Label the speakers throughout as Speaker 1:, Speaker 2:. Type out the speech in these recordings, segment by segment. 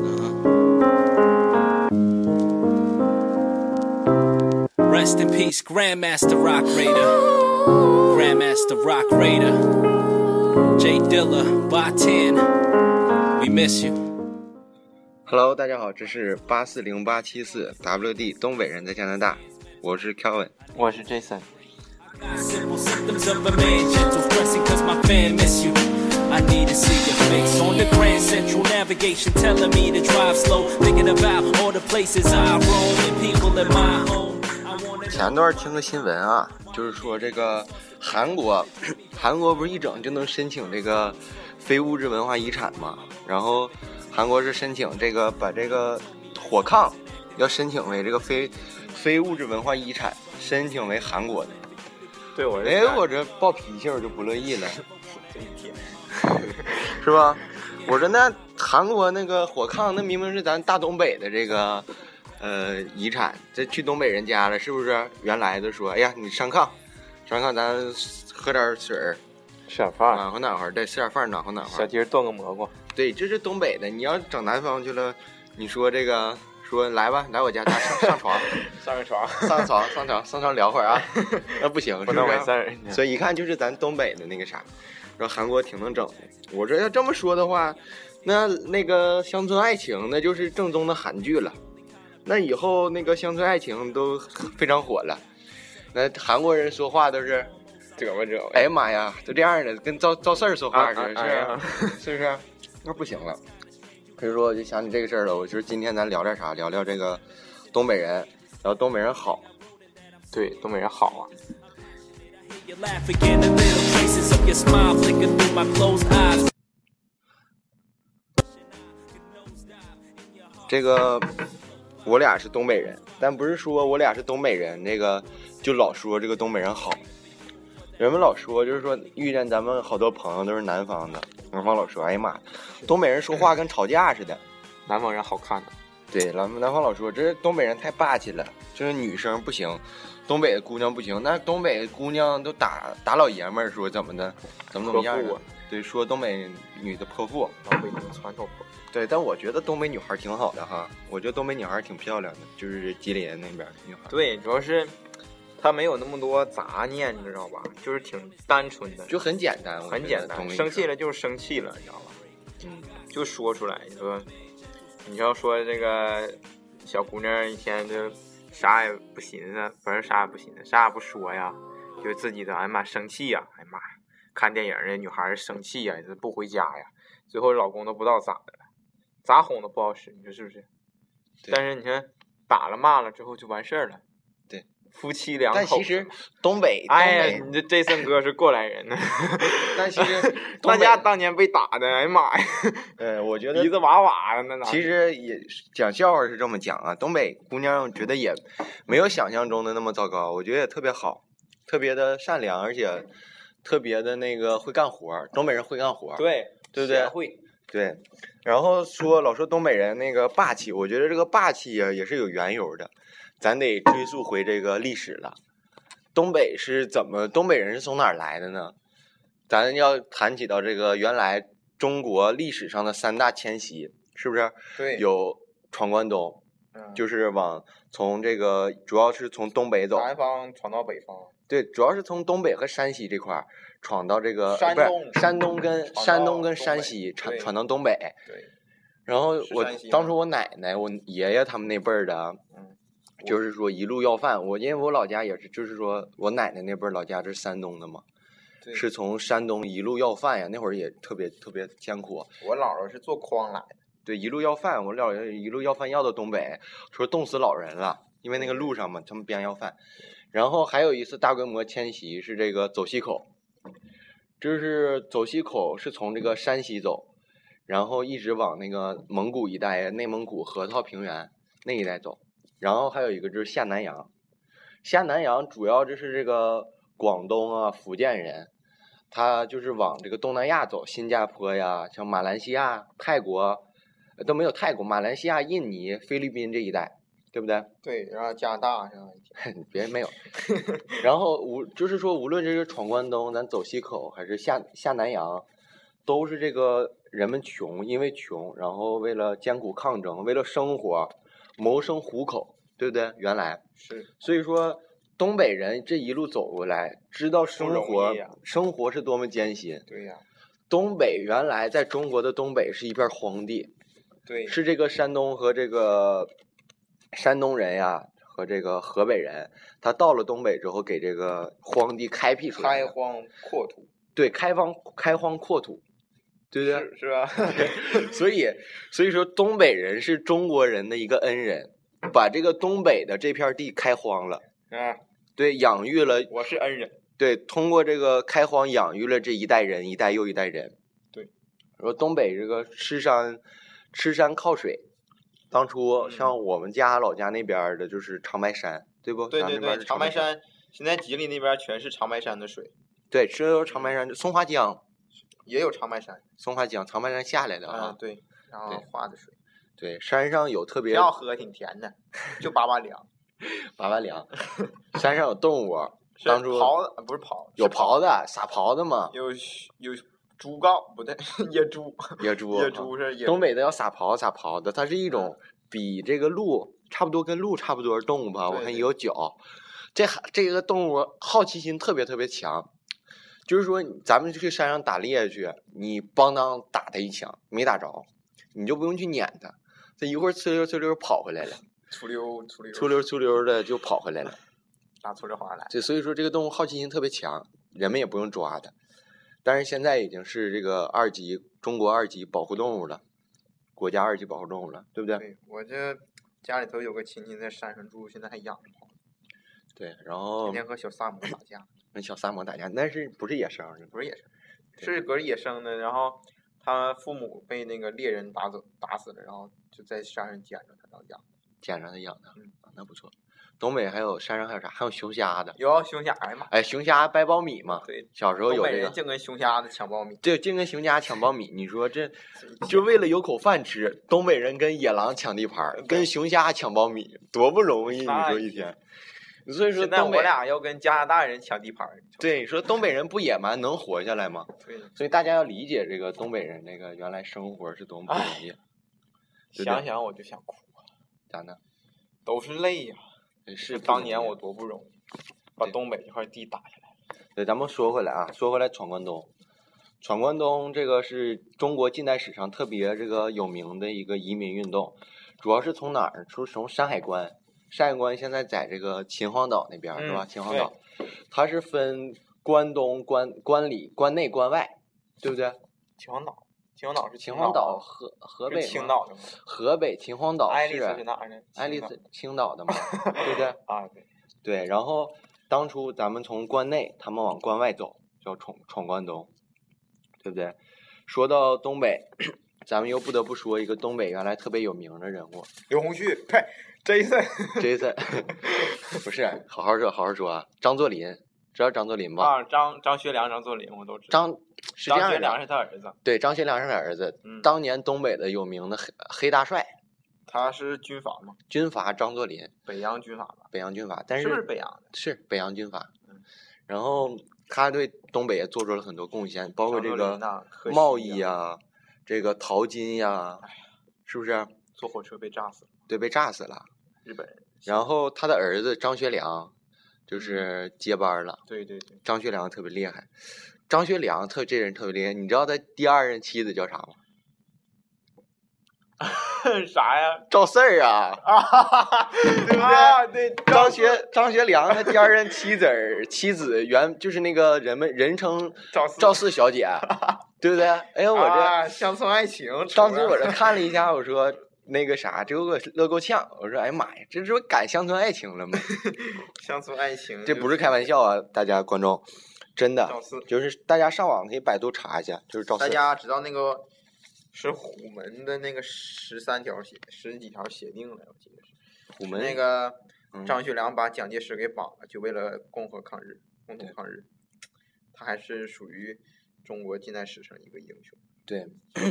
Speaker 1: Uh-huh. Rest in peace, Grandmaster Rock Raider. Grandmaster Rock Raider. Jay Dilla, Batan. We miss you.
Speaker 2: Hello，大家好，这是八四零八七四 WD 东北人在加拿大，我是 Kelvin。
Speaker 3: 我是 Jason。
Speaker 1: Got simple symptoms of a man gentle pressing cause my fan miss you. I need to see your face on the Grand Central Navigation telling me to drive slow. Thinking about all the places I roam and people in my home. I wanna
Speaker 2: 前段听个新闻啊，就是说这个韩国， 韩国不是一整就能申请这个非物质文化遗产嘛？然后韩国是申请这个把这个火炕要申请为这个非非物质文化遗产，申请为韩国的。
Speaker 3: 对，我
Speaker 2: 哎，我这暴脾气我就不乐意了，
Speaker 3: 这一天。
Speaker 2: 是吧？我说那韩国那个火炕，那明明是咱大东北的这个呃遗产，这去东北人家了，是不是？原来都说，哎呀，你上炕，上炕咱喝点水儿，
Speaker 3: 吃点饭，
Speaker 2: 暖和暖和，再吃点饭，暖和暖
Speaker 3: 小
Speaker 2: 和。
Speaker 3: 鸡儿炖个蘑菇，
Speaker 2: 对，这是东北的，你要整南方去了，你说这个说来吧，来我家，咱上上 床，
Speaker 3: 上个床，
Speaker 2: 上床，上床，上床聊会儿啊，那不行，是 不
Speaker 3: 不能
Speaker 2: 是
Speaker 3: 完事儿。
Speaker 2: 所以一看就是咱东北的那个啥，然后韩国挺能整的。我说要这么说的话，那那个乡村爱情那就是正宗的韩剧了。那以后那个乡村爱情都非常火了。那韩国人说话都是，
Speaker 3: 折吧折吧。
Speaker 2: 哎呀妈呀，都这样的，跟赵赵四儿说话似的，
Speaker 3: 哎
Speaker 2: 是
Speaker 3: 呀
Speaker 2: 不是是不是？那不行了。所以说，我就想起这个事儿了。我说今天咱聊点啥？聊聊这个东北人，聊东北人好。
Speaker 3: 对，东北人好啊。
Speaker 1: hear you laugh again. The little traces of your smile flicker through my closed eyes.
Speaker 2: 这个我俩是东北人，但不是说我俩是东北人，那个就老说这个东北人好。人们老说，就是说遇见咱们好多朋友都是南方的，南方老说，哎呀妈，东北人说话跟吵架似的。
Speaker 3: 南方人好看的，
Speaker 2: 对，咱们南方老说，这东北人太霸气了，就是女生不行，东北的姑娘不行，那东北姑娘都打打老爷们儿，说怎么的，怎么怎么样的
Speaker 3: 泼妇，
Speaker 2: 对，说东北女的泼妇。
Speaker 3: 老北京传统
Speaker 2: 对，但我觉得东北女孩儿挺好的哈，我觉得东北女孩儿挺漂亮的，就是吉林那边儿的女孩儿，
Speaker 3: 对，主要是他没有那么多杂念，你知道吧？就是挺单纯的，
Speaker 2: 就很简单，我
Speaker 3: 很
Speaker 2: 觉
Speaker 3: 简
Speaker 2: 得东
Speaker 3: 单。
Speaker 2: 北女
Speaker 3: 生气
Speaker 2: 孩
Speaker 3: 了就是生气了，你知道吧？
Speaker 2: 嗯，
Speaker 3: 就说出来。你说，你要说这个小姑娘一天就啥也不寻思，不是啥也不寻思，啥也不说呀，就自己的哎呀妈生气呀，哎呀妈，看电影儿的女孩儿生气呀，这不回家呀，最后老公都不知道咋的了，咋哄都不好使，你说是不是？
Speaker 2: 对
Speaker 3: 但是你看打了骂了之后就完事儿了，
Speaker 2: 对，
Speaker 3: 夫妻两口
Speaker 2: 但
Speaker 3: 子嘛。
Speaker 2: 其实东北，东
Speaker 3: 哎呀，
Speaker 2: 北，
Speaker 3: 你这 Jason 哥是过来人呢，
Speaker 2: 但其 实
Speaker 3: 大
Speaker 2: 东北
Speaker 3: 家，当年被打的，哎呀妈呀，
Speaker 2: 呃，我觉得
Speaker 3: 鼻子哇哇的，那哪
Speaker 2: 其实也讲笑话是这么讲啊，东北姑娘我觉得也没有想象中的那么糟糕，我觉得也特别好，特别的善良，而且特别的那个会干活儿，东北人会干活儿，
Speaker 3: 对
Speaker 2: 对不对
Speaker 3: 贤惠
Speaker 2: 对，然后说老说东北人那个霸气，我觉得这个霸气呀、也是有缘由的，咱得追溯回这个历史了。东北是怎么？东北人是从哪儿来的呢？咱要谈起到这个原来中国历史上的三大迁徙，是不是
Speaker 3: 对嗯
Speaker 2: 有闯关东？
Speaker 3: 有
Speaker 2: 就是往从这个主要是从东北走，
Speaker 3: 南方传到北方，
Speaker 2: 对，主要是从东北和山西这块儿闯到这个
Speaker 3: 山
Speaker 2: 不
Speaker 3: 东
Speaker 2: 是山东跟
Speaker 3: 闯到
Speaker 2: 山东跟
Speaker 3: 东
Speaker 2: 山
Speaker 3: 北
Speaker 2: 西传
Speaker 3: 对
Speaker 2: 传到东北。
Speaker 3: 对，
Speaker 2: 然后
Speaker 3: 是
Speaker 2: 我
Speaker 3: 山西吗
Speaker 2: 当初我奶奶、我爷爷他们那辈儿的啊
Speaker 3: 啊嗯，
Speaker 2: 就是说一路要饭。我因为我老家也是，就是说我奶奶那辈儿老家这是山东的嘛，
Speaker 3: 对
Speaker 2: 是从山东一路要饭呀。那会儿也特别特别艰苦，啊
Speaker 3: 我姥姥是做筐来的，
Speaker 2: 对，一路要饭。我姥爷一路要饭要到东北，说冻死老人了，因为那个路上嘛，他们边要饭。然后还有一次大规模迁徙是这个走西口，就是走西口是从这个山西走，然后一直往那个蒙古一带、内蒙古河套平原那一带走，然后还有一个就是下南洋，下南洋主要就是这个广东啊、福建人，他就是往这个东南亚走，新加坡呀、像马来西亚、泰国呃都没有泰国、马来西亚、印尼、菲律宾这一带，对不对？
Speaker 3: 对，然后加拿大上一天，
Speaker 2: 别人没 有。然后无就是说，无论这是闯关东，咱走西口，还是下下南洋，都是这个人们穷，因为穷，然后为了艰苦抗争，为了生活谋生糊口，对不对？原来，
Speaker 3: 是
Speaker 2: 所以说东北人这一路走过来，知道生
Speaker 3: 不
Speaker 2: 活
Speaker 3: 容易啊
Speaker 2: 生活是多么艰辛。
Speaker 3: 对呀、
Speaker 2: 东北原来在中国的东北是一片荒地，
Speaker 3: 对，
Speaker 2: 是这个山东和这个山东人呀、和这个河北人，他到了东北之后，给这个荒地开辟出来
Speaker 3: 开
Speaker 2: 的，
Speaker 3: 荒扩土，
Speaker 2: 对，开荒开荒扩土，对不对？
Speaker 3: 是是吧？
Speaker 2: 所以，所以说东北人是中国人的一个恩人，把这个东北的这片地开荒了，
Speaker 3: 啊，
Speaker 2: 对，养育了，
Speaker 3: 我是恩人，
Speaker 2: 对，通过这个开荒养育了这一代人，一代又一代人。
Speaker 3: 对，
Speaker 2: 说东北这个吃山，吃山靠水，当初
Speaker 3: 嗯
Speaker 2: 像我们家老家那边儿的就是长白山，对不？
Speaker 3: 对
Speaker 2: 咱
Speaker 3: 对
Speaker 2: 那边
Speaker 3: 对，
Speaker 2: 是
Speaker 3: 长
Speaker 2: 白
Speaker 3: 白，山现在吉林那边全是长白山的水，
Speaker 2: 对，这都是长白山，松花江，
Speaker 3: 也有长白山
Speaker 2: 松花江，长白山下来的
Speaker 3: 啊，
Speaker 2: 啊。
Speaker 3: 对，然后
Speaker 2: 对
Speaker 3: 化的水，
Speaker 2: 对，山上有特
Speaker 3: 挺
Speaker 2: 别
Speaker 3: 好喝，挺甜的，就拔 拔凉。
Speaker 2: 拔拔凉， 山上有动物。
Speaker 3: 是
Speaker 2: 当初
Speaker 3: 狍子呃不是狍，
Speaker 2: 有
Speaker 3: 是
Speaker 2: 狍
Speaker 3: 狍，
Speaker 2: 子，撒狍子嘛，
Speaker 3: 有有猪羔，不对， 野猪，
Speaker 2: 野猪，
Speaker 3: 野猪是野
Speaker 2: 东北的要撒狍，撒狍子，它是一种比这个鹿差不多跟鹿差不多的动物吧，
Speaker 3: 对
Speaker 2: 我看
Speaker 3: 对
Speaker 2: 也有角。这还这个动物好奇心特别特别强，就是说咱们去山上打猎去，你邦当打它一枪没打着，你就不用去撵它，它一会儿呲溜呲溜跑回来了，
Speaker 3: 出溜出溜
Speaker 2: 呲溜呲溜的就跑回来了。
Speaker 3: 打出溜花来，
Speaker 2: 这所以说这个动物好奇心特别强，人们也不用抓它。但是现在已经是这个二级中国二级保护动物了，国家二级保护动物了，对不对？
Speaker 3: 对我这家里头有个亲戚在山上住，现在还养着狍子，
Speaker 2: 对然后
Speaker 3: 天天和小萨摩打架，
Speaker 2: 跟小萨摩打架，那是不是野生的？
Speaker 3: 不是野生，是搁野生的，然后。他父母被那个猎人打走，打死了，然后就在山上捡着他，然后养。
Speaker 2: 天上它养的
Speaker 3: 嗯，
Speaker 2: 啊那不错。东北还有山上还有啥？还有熊瞎子。
Speaker 3: 有熊瞎，哎呀妈，
Speaker 2: 哎，熊瞎掰苞米嘛，
Speaker 3: 对，
Speaker 2: 小时候
Speaker 3: 东
Speaker 2: 有
Speaker 3: 北
Speaker 2: 这
Speaker 3: 人
Speaker 2: 个，
Speaker 3: 净跟熊瞎子抢苞米，
Speaker 2: 对，净跟熊家抢苞米。你说 这就为了有口饭吃，东北人跟野狼抢地盘儿，跟熊瞎抢苞米，多不容易！你
Speaker 3: 那
Speaker 2: 说一天，所以说
Speaker 3: 现在
Speaker 2: 东北
Speaker 3: 我俩要跟加拿大人抢地盘儿，你瞅
Speaker 2: 对，说东北人不野蛮能活下来吗？
Speaker 3: 对，
Speaker 2: 所以大家要理解这个东北人那个原来生活是多么不容易。对
Speaker 3: 想想我就想哭，
Speaker 2: 咋呢？呃
Speaker 3: 都是泪呀、
Speaker 2: 是
Speaker 3: 当年我多不容易，把
Speaker 2: 对
Speaker 3: 东北这块地打下来。
Speaker 2: 对，咱们说回来啊，说回来闯关东。闯关东这个是中国近代史上特别这个有名的一个移民运动，主要是从哪儿？从从山海关，山海关现在在这个秦皇岛那边儿、是吧？
Speaker 3: 嗯
Speaker 2: 秦皇岛，它是分关东、关关里、关内、关外，对不对？
Speaker 3: 秦皇岛，秦皇岛是
Speaker 2: 秦皇岛
Speaker 3: 岛，
Speaker 2: 河河
Speaker 3: 是
Speaker 2: 北
Speaker 3: 青
Speaker 2: 吗
Speaker 3: 岛的吗？
Speaker 2: 河北秦皇岛
Speaker 3: 爱丽
Speaker 2: 是啊
Speaker 3: 丝是哪儿呢？
Speaker 2: 爱丽
Speaker 3: 青岛
Speaker 2: 丝青岛 的嘛，对不对？
Speaker 3: 啊，对，
Speaker 2: 对，然后当初咱们从关内，他们往关外走，叫闯闯关东，对不对？说到东北， 咱们又不得不说一个东北原来特别有名的人物
Speaker 3: 刘洪旭，快，这一次
Speaker 2: ，Jason，不是，好好说，好好说啊，张作霖，知道张作霖吧？
Speaker 3: 啊，张张学良、张作霖我都知道，
Speaker 2: 张是这
Speaker 3: 张
Speaker 2: 样
Speaker 3: 学
Speaker 2: 的，
Speaker 3: 良是他儿子，
Speaker 2: 对，张学良是他儿子，
Speaker 3: 嗯，
Speaker 2: 当年东北的有名的黑黑大帅，
Speaker 3: 他是军阀嘛，
Speaker 2: 军阀张作霖，
Speaker 3: 北洋军阀吧？
Speaker 2: 北洋军阀，但
Speaker 3: 是不是北洋的？
Speaker 2: 是北洋军阀
Speaker 3: 嗯，
Speaker 2: 然后他对东北也做出了很多贡献，包括
Speaker 3: 张
Speaker 2: 这
Speaker 3: 作
Speaker 2: 个
Speaker 3: 霖呐可惜
Speaker 2: 贸易
Speaker 3: 呀，
Speaker 2: 啊，这个淘金呀、是不是？
Speaker 3: 坐火车被炸死了，
Speaker 2: 对，被炸死了。
Speaker 3: 日本人。
Speaker 2: 然后他的儿子张学良
Speaker 3: 嗯
Speaker 2: 就是接班了。
Speaker 3: 对对对，
Speaker 2: 张学良特别厉害，张学良特这人特别厉害。你知道他第二任妻子叫啥吗？
Speaker 3: 啥呀？
Speaker 2: 赵四儿啊，
Speaker 3: 啊，哈哈哈对
Speaker 2: 对
Speaker 3: 啊，对，
Speaker 2: 张学张学良他第二任妻子儿妻子原就是那个人们人称
Speaker 3: 赵四
Speaker 2: 赵四小姐，对不对？哎呀，我这、
Speaker 3: 啊乡村爱情，啊
Speaker 2: 当时我这看了一下，我说那个啥，这给我乐够呛。我说哎呀妈呀，这这不赶乡村爱情了吗？
Speaker 3: 乡村爱情，
Speaker 2: 这不是开玩笑啊，大家观众，真
Speaker 3: 赵
Speaker 2: 的
Speaker 3: 四。
Speaker 2: 就是大家上网可以百度查一下，就是赵四
Speaker 3: 大。家知道那个是虎门的那个十三条协十几条协定了，我记得是
Speaker 2: 虎门
Speaker 3: 那个
Speaker 2: 嗯
Speaker 3: 张学良把蒋介石给绑了，就为了共和抗日，共同抗日，他还是属于中国近代史上一个英雄。
Speaker 2: 对，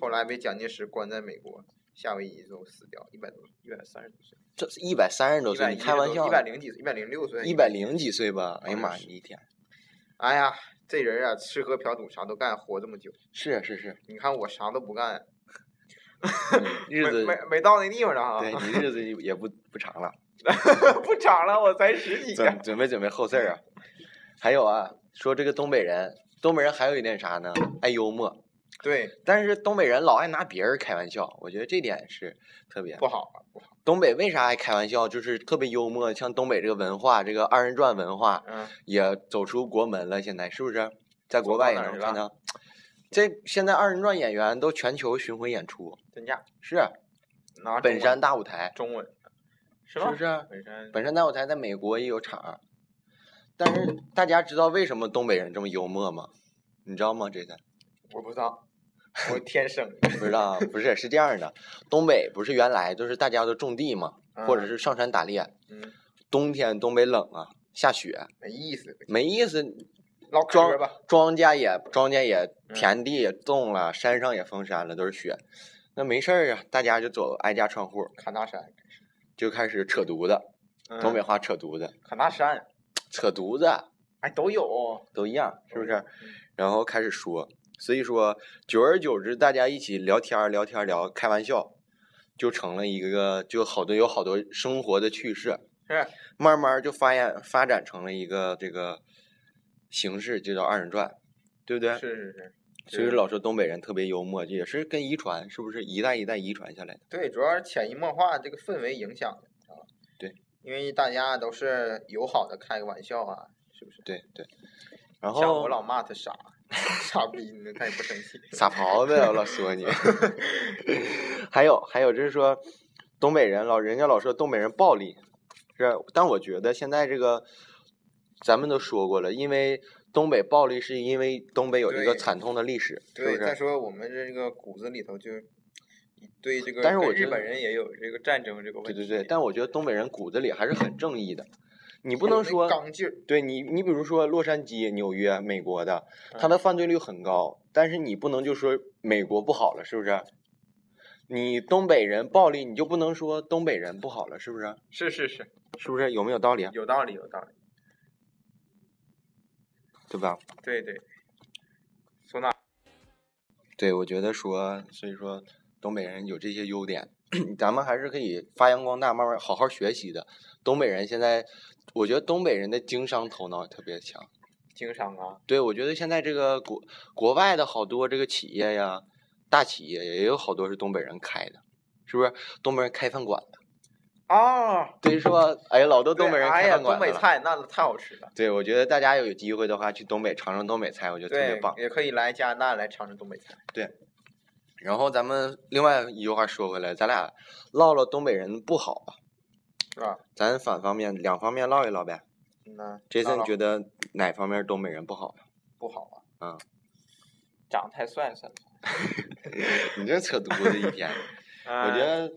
Speaker 3: 后来被蒋介石关在美国夏威夷之后死掉，一百多，一百三十多岁，
Speaker 2: 这一百三十多
Speaker 3: 一百
Speaker 2: 岁，你开玩笑
Speaker 3: 一，百零几岁，一百零六岁，
Speaker 2: 一百零几岁吧？哎呀
Speaker 3: 好像
Speaker 2: 妈呀，
Speaker 3: 是
Speaker 2: 一天
Speaker 3: 哎呀，这人啊，吃喝嫖赌啥都干，活这么久。
Speaker 2: 是啊是是，
Speaker 3: 你看我啥都不干，
Speaker 2: 嗯日
Speaker 3: 没
Speaker 2: 子
Speaker 3: 没没到那地方呢
Speaker 2: 对
Speaker 3: 哈。
Speaker 2: 你日子也不不长了。
Speaker 3: 不长了，我才十几呀
Speaker 2: 准。准备准备后事儿啊。还有啊，说这个东北人，东北人还有一点啥呢？爱幽默，
Speaker 3: 对，
Speaker 2: 但是东北人老爱拿别人开玩笑，我觉得这点是特别
Speaker 3: 不好，啊
Speaker 2: 东北为啥爱开玩笑？就是特别幽默，像东北这个文化，这个二人转文化
Speaker 3: 嗯，
Speaker 2: 也走出国门了，现在是不是？在国外也能
Speaker 3: 走到
Speaker 2: 看
Speaker 3: 哪
Speaker 2: 到，这现在二人转演员都全球巡回演出，
Speaker 3: 真假？
Speaker 2: 是
Speaker 3: 拿啊中
Speaker 2: 本
Speaker 3: 文
Speaker 2: 山大舞台，
Speaker 3: 中文
Speaker 2: 是
Speaker 3: 是吗
Speaker 2: 不？是？
Speaker 3: 本山
Speaker 2: 本山大舞台在美国也有场，但是大家知道为什么东北人这么幽默吗？你知道吗？这个
Speaker 3: 我不知道，我天生
Speaker 2: 不知道啊，不是是这样的，东北不是原来就是大家都种地嘛， 或者
Speaker 3: 嗯
Speaker 2: 是上山打猎，
Speaker 3: 嗯
Speaker 2: 冬天东北冷啊，下雪
Speaker 3: 没意思，
Speaker 2: 没意思，
Speaker 3: 唠嗑
Speaker 2: 庄
Speaker 3: 吧。
Speaker 2: 庄稼也庄稼也
Speaker 3: 嗯
Speaker 2: 田地也冻了，山上也封山了，都是雪。那没事儿啊，大家就走挨家串户，
Speaker 3: 砍大山，
Speaker 2: 就开始扯犊子，
Speaker 3: 嗯
Speaker 2: 东北话扯犊子，
Speaker 3: 砍大山，
Speaker 2: 扯犊子
Speaker 3: 哎，都有，
Speaker 2: 都一样，是不是
Speaker 3: 嗯？
Speaker 2: 然后开始说，所以说久而久之，大家一起聊天儿聊天儿聊，开玩笑，就成了一个就好多有好多生活的趣事，
Speaker 3: 是
Speaker 2: 慢慢儿就发展发展成了一个这个形式，就叫二人转，对不对？
Speaker 3: 是是是，
Speaker 2: 所以
Speaker 3: 是
Speaker 2: 老说东北人特别幽默，这也是跟遗传，是不是一代一代遗传下来的？
Speaker 3: 对，主要是潜移默化这个氛围影响的，你知道吧？
Speaker 2: 对，
Speaker 3: 因为大家都是友好的开个玩笑啊，是不是？
Speaker 2: 对对。然
Speaker 3: 像我
Speaker 2: 后
Speaker 3: 老骂他傻， 傻逼呢，他也不 生气。
Speaker 2: 傻狍子，我老说你。 还有还有，就是说东北人老人家老说东北人暴力，是，但我觉得现在这个咱们都说过了，因为东北暴力是因为东北有这个
Speaker 3: 对
Speaker 2: 惨痛的历史，是
Speaker 3: 对，
Speaker 2: 不
Speaker 3: 再
Speaker 2: 是？
Speaker 3: 说我们这个骨子里头就对这个，
Speaker 2: 但是我觉
Speaker 3: 日
Speaker 2: 得
Speaker 3: 本人也有这个战争这个
Speaker 2: 对
Speaker 3: 问题。
Speaker 2: 对对，但我觉得东北人骨子里还是很正义的，你不能
Speaker 3: 有那
Speaker 2: 说
Speaker 3: 刚劲儿，
Speaker 2: 对你，你比如说洛杉矶、纽约、美国的，它
Speaker 3: 嗯
Speaker 2: 的犯罪率很高，但是你不能就说美国不好了，是不是？你东北人暴力，你就不能说东北人不好了，是不是？
Speaker 3: 是是是，
Speaker 2: 是不是有没有道理啊？
Speaker 3: 有道理有道理，
Speaker 2: 对吧？
Speaker 3: 对对，
Speaker 2: 对，我觉得说，所以说东北人有这些优点， 咱们还是可以发扬光大，慢慢好好学习的。东北人现在，我觉得东北人的经商头脑特别强。
Speaker 3: 经商啊，
Speaker 2: 对，我觉得现在这个国国外的好多这个企业呀，大企业也有好多是东北人开的，是不是？东北人开饭馆的，
Speaker 3: 啊、
Speaker 2: 对，是吧？哎呀，老多东北人
Speaker 3: 哎
Speaker 2: 开
Speaker 3: 呀，
Speaker 2: 饭馆
Speaker 3: 东
Speaker 2: 的
Speaker 3: 北
Speaker 2: 了。
Speaker 3: 菜那太好吃了，
Speaker 2: 对，我觉得大家有机会的话去东北尝尝东北菜，我觉得特别
Speaker 3: 对
Speaker 2: 棒，。
Speaker 3: 也可以来加拿大来尝尝东北菜。
Speaker 2: 然后咱们另外一句话说回来，咱俩唠唠东北人不好啊，
Speaker 3: 是吧？
Speaker 2: 咱反方面两方面唠一唠呗。
Speaker 3: 嗯呐，
Speaker 2: 这次你觉
Speaker 3: 得
Speaker 2: 得哪方面东北人不好 啊？
Speaker 3: 不好啊？
Speaker 2: 嗯，
Speaker 3: 长得太帅算不算？
Speaker 2: 你这扯犊子一天。我觉
Speaker 3: 嗯
Speaker 2: 得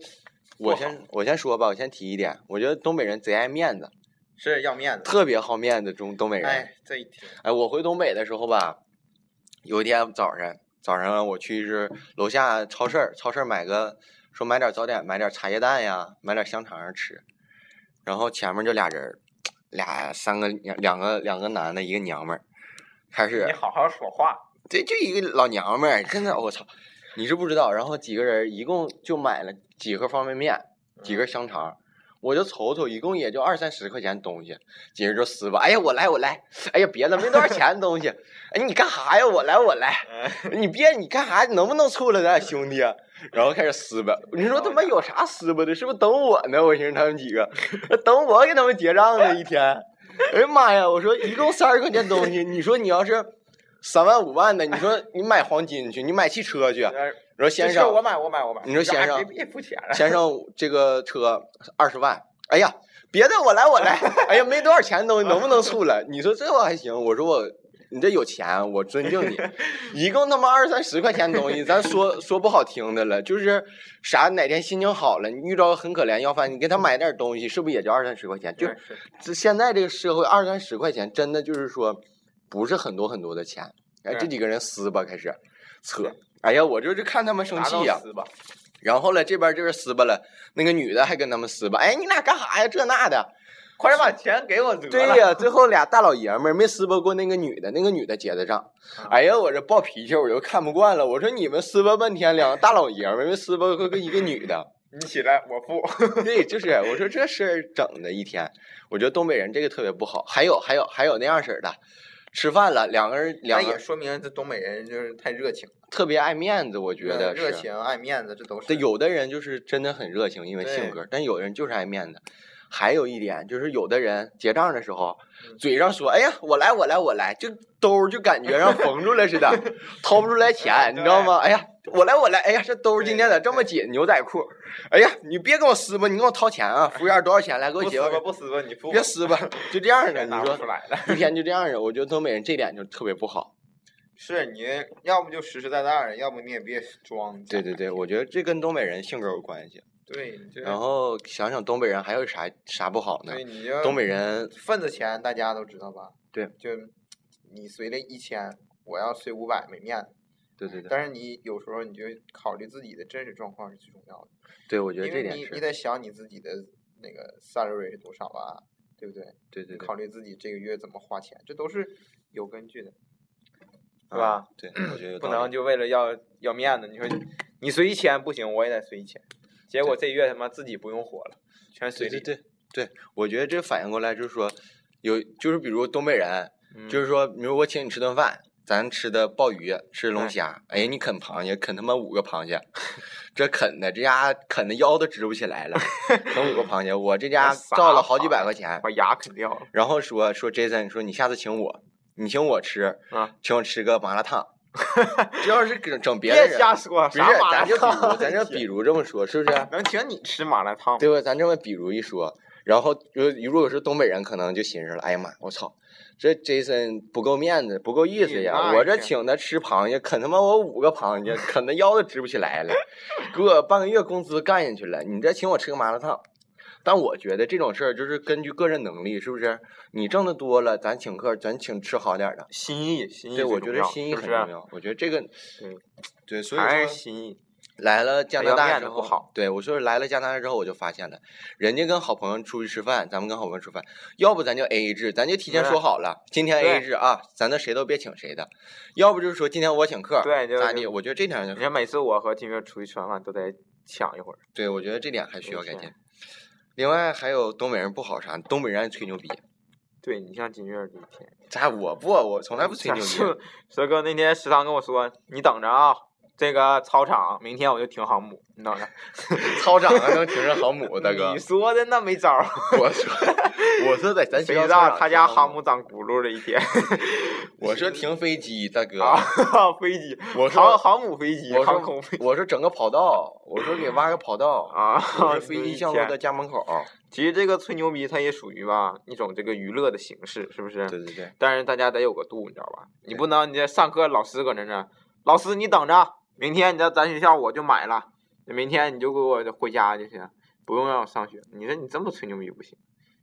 Speaker 3: 不
Speaker 2: 我
Speaker 3: 好
Speaker 2: 先我先说吧，我先提一点，我觉得东北人贼爱面子，
Speaker 3: 是要面子。
Speaker 2: 特别好面子，中东北人。哎，
Speaker 3: 哎，这一天，
Speaker 2: 我回东北的时候吧，有一天早上，早上我去是楼下超市儿，超市儿买个说买点早点，买点茶叶蛋呀，买点香肠儿吃，然后前面就俩人儿，俩三个两个两个男的，一个娘们儿，开始
Speaker 3: 你好好说话。
Speaker 2: 这就一个老娘们儿，真的我操，你是不知道。然后几个人一共就买了几盒方便面，几根香肠，我就瞅瞅，一共也就二三十块钱东西，几个人就撕吧。哎呀，我来，我来。哎呀，别了，没多少钱的东西。哎，你干啥呀？我来，我来。
Speaker 3: 嗯
Speaker 2: 你别，你干啥？你能不能出来，咱俩兄弟？啊然后开始撕吧。你说他妈有啥撕吧的？是不是等我呢？我寻思他们几个，等我给他们结账呢一天。哎呀妈呀！我说一共三十块钱东西，你说你要是三万五万的，你说你买黄金去，你买汽车去。我
Speaker 3: 呃
Speaker 2: 说先
Speaker 3: 这事儿
Speaker 2: 生，
Speaker 3: 我买，我买，我买。
Speaker 2: 你说先生
Speaker 3: 哎别别付钱了。
Speaker 2: 先生，这个车二十万。哎呀，别的我来我来。哎呀，没多少钱都能不能处了？你说这我还行。我说我，你这有钱，我尊敬你。一共他妈二三十块钱东西，咱说说不好听的了，就是啥哪天心情好了，你遇到很可怜要饭，你给他买点东西，是不是也就二三十块钱？就是
Speaker 3: 是
Speaker 2: 这现在这个社会二三十块钱真的就是说不是很多很多的钱。哎，
Speaker 3: 对
Speaker 2: 这几个人撕吧，开始扯。哎呀，我就是看他们生
Speaker 3: 拿
Speaker 2: 气
Speaker 3: 刀
Speaker 2: 呀、
Speaker 3: 撕吧。
Speaker 2: 然后呢，这边这边撕巴了，那个女的还跟他们撕巴，哎，你俩干啥呀？这那的。
Speaker 3: 快点把钱给我得了。
Speaker 2: 对呀、最后俩大老爷们儿没撕巴过那个女的，那个女的结的账。
Speaker 3: 啊
Speaker 2: 哎呀，我这暴脾气，我就看不惯了。我说你们撕巴半天，两个大老爷们儿没撕巴过个一个女的。
Speaker 3: 你起来，我付。
Speaker 2: 对，就是我说这事儿整的一天，我觉得东北人这个特别不好。还有还有还有那样式儿的，吃饭了两个人
Speaker 3: 那
Speaker 2: 两
Speaker 3: 也
Speaker 2: 个
Speaker 3: 说明这东北人就是太热情，
Speaker 2: 特别爱面子，我觉得
Speaker 3: 嗯热
Speaker 2: 是。
Speaker 3: 情、爱面子，这都是。
Speaker 2: 对，有的人就是真的很热情，因为性
Speaker 3: 对
Speaker 2: 格，但有的人就是爱面子。还有一点就是，有的人结账的时候，
Speaker 3: 嗯
Speaker 2: 嘴上说“哎呀，我来，我来，我来”，就兜儿就感觉让缝住了似 的，掏不出来钱，你知道吗？哎呀，我来，我来，哎呀，这兜儿今天咋这么紧？牛仔裤，哎呀，你别跟我撕吧，你给我掏钱啊！服务员多少钱？来给我
Speaker 3: 不
Speaker 2: 结
Speaker 3: 撕
Speaker 2: 吧
Speaker 3: 吧，，不撕吧，你付吧。
Speaker 2: 别撕 吧，就这样的。
Speaker 3: 钱
Speaker 2: 你
Speaker 3: 拿不出
Speaker 2: 说
Speaker 3: 来了。
Speaker 2: 一天就这样的，我觉得东北人这点就特别不好。
Speaker 3: 是你要不就实实在在的，要不你也别装。
Speaker 2: 对对对，我觉得这跟东北人性格有关系。
Speaker 3: 对，你这
Speaker 2: 然后想想东北人还有啥啥不好呢？
Speaker 3: 对你就
Speaker 2: 东北人
Speaker 3: 份子钱大家都知道吧？
Speaker 2: 对，
Speaker 3: 就你随了一千，我要随五百没面子。
Speaker 2: 对对对，
Speaker 3: 但是你有时候你就考虑自己的真实状况是最重要的，
Speaker 2: 对我觉得
Speaker 3: 因
Speaker 2: 这
Speaker 3: 为
Speaker 2: 点
Speaker 3: 你你
Speaker 2: 是，
Speaker 3: 得想你自己的那个 salary 是多少啊，对不对？
Speaker 2: 对对对，
Speaker 3: 考虑自己这个月怎么花钱，这都是有根据的，
Speaker 2: 嗯
Speaker 3: 是吧？
Speaker 2: 对，我觉得有
Speaker 3: 啊不
Speaker 2: 道
Speaker 3: 能
Speaker 2: 理
Speaker 3: 就为了要要面子，你说你随一千不行，我也得随一千，结果这月他妈自己不用活了，全随
Speaker 2: 对对
Speaker 3: 你。
Speaker 2: 对对，我觉得这反应过来就是说，有就是比如东北人，
Speaker 3: 嗯
Speaker 2: 就是说，比如我请你吃顿饭。咱吃的鲍鱼，吃龙
Speaker 3: 哎
Speaker 2: 虾，哎，你啃螃蟹，啃他妈五个螃蟹，这啃的这家啃的腰都直不起来 了，啃五个螃蟹，我这家
Speaker 3: 啥
Speaker 2: 照了好几
Speaker 3: 螃
Speaker 2: 百
Speaker 3: 蟹
Speaker 2: 块钱，
Speaker 3: 把牙啃掉了
Speaker 2: 然后说说 Jason 说你下次请我，你请我吃，
Speaker 3: 啊！
Speaker 2: 请我吃个麻辣 烫，这要是整整别的
Speaker 3: 别
Speaker 2: 人，
Speaker 3: 瞎说，
Speaker 2: 不
Speaker 3: 啥
Speaker 2: 是，
Speaker 3: 麻
Speaker 2: 咱
Speaker 3: 辣
Speaker 2: 就比
Speaker 3: 烫
Speaker 2: 如，咱就比如这么说，是不是？
Speaker 3: 能请你吃麻辣烫吗？
Speaker 2: 对吧？咱这么比如一说，然后如如果是东北人，可能就寻思了，哎呀妈，我操，这 Jason 不够面子，不够意思呀！
Speaker 3: 嗯那
Speaker 2: 我这
Speaker 3: 是
Speaker 2: 请他吃螃蟹，啃他妈我五个螃蟹，啃的腰都直不起来了，给我半个月工资干下去了。你这请我吃个麻辣烫。但我觉得这种事儿就是根据个人能力，是不是？你挣的多了，咱请客，咱请吃好点儿的。
Speaker 3: 心意，心意
Speaker 2: 对，
Speaker 3: 嗯最
Speaker 2: 我
Speaker 3: 重
Speaker 2: 觉得
Speaker 3: 要
Speaker 2: 心意
Speaker 3: 是不
Speaker 2: 很
Speaker 3: 是
Speaker 2: 重要。我觉得这个，
Speaker 3: 对
Speaker 2: 对，所以
Speaker 3: 还
Speaker 2: 说
Speaker 3: 是心意。
Speaker 2: 来了加拿
Speaker 3: 北洋
Speaker 2: 大
Speaker 3: 面
Speaker 2: 之
Speaker 3: 子
Speaker 2: 后，
Speaker 3: 不好
Speaker 2: 对我说是来了加拿大之后，我就发现了，人家跟好朋友出去吃饭，咱们跟好朋友吃饭，要不咱就 A A 制，咱就提前说好了，今天 A A
Speaker 3: 对
Speaker 2: 制啊，咱那谁都别请谁的，要不就是说今天我请客，
Speaker 3: 对就
Speaker 2: 咋
Speaker 3: 是
Speaker 2: 地？我觉得这点
Speaker 3: 你
Speaker 2: 就
Speaker 3: 看每次我和金月出去吃完饭都得抢一会儿，
Speaker 2: 对我觉得这点还需要
Speaker 3: 没
Speaker 2: 改
Speaker 3: 错
Speaker 2: 进。另外还有东北人不好啥，东北人爱吹牛逼，
Speaker 3: 对你像金月这一天，
Speaker 2: 咋我不我从来不吹牛逼，
Speaker 3: 就蛇哥那天食堂跟我说，你等着啊，这个操场明天我就停航母，你等着。
Speaker 2: 操场上能停着航母，大哥
Speaker 3: 你，说的那没招儿，
Speaker 2: 我说 我说在咱学
Speaker 3: 谁
Speaker 2: 校
Speaker 3: 知
Speaker 2: 操
Speaker 3: 道
Speaker 2: 场
Speaker 3: 他
Speaker 2: 停
Speaker 3: 家
Speaker 2: 航
Speaker 3: 航，母长轱辘了一天
Speaker 2: 我说停飞机，大哥。
Speaker 3: 啊，飞机，
Speaker 2: 我说
Speaker 3: 航航母飞机，
Speaker 2: 我
Speaker 3: 航空
Speaker 2: 说
Speaker 3: 飞机
Speaker 2: 我说整个跑道，我说给挖个跑道，
Speaker 3: 啊，
Speaker 2: 我说飞机降落
Speaker 3: 的
Speaker 2: 在。家门口。
Speaker 3: 其实这个吹牛逼，它也属于吧一种这个娱乐的形式，是不是？
Speaker 2: 对对对，
Speaker 3: 但是大家得有个度，你知道吧？你
Speaker 2: 对
Speaker 3: 不能你这上课老师搁那呢，老师你等着，明天你在咱学校我就买了，明天你就给我回家就行，不用让我上学。你说你这么吹牛逼不行，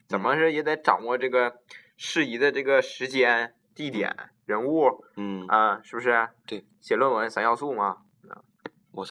Speaker 3: 怎
Speaker 2: 嗯
Speaker 3: 么是也得掌握这个适宜的这个时间、地点、人物
Speaker 2: 嗯，
Speaker 3: 啊，是不是？
Speaker 2: 对，
Speaker 3: 写论文三要素嘛，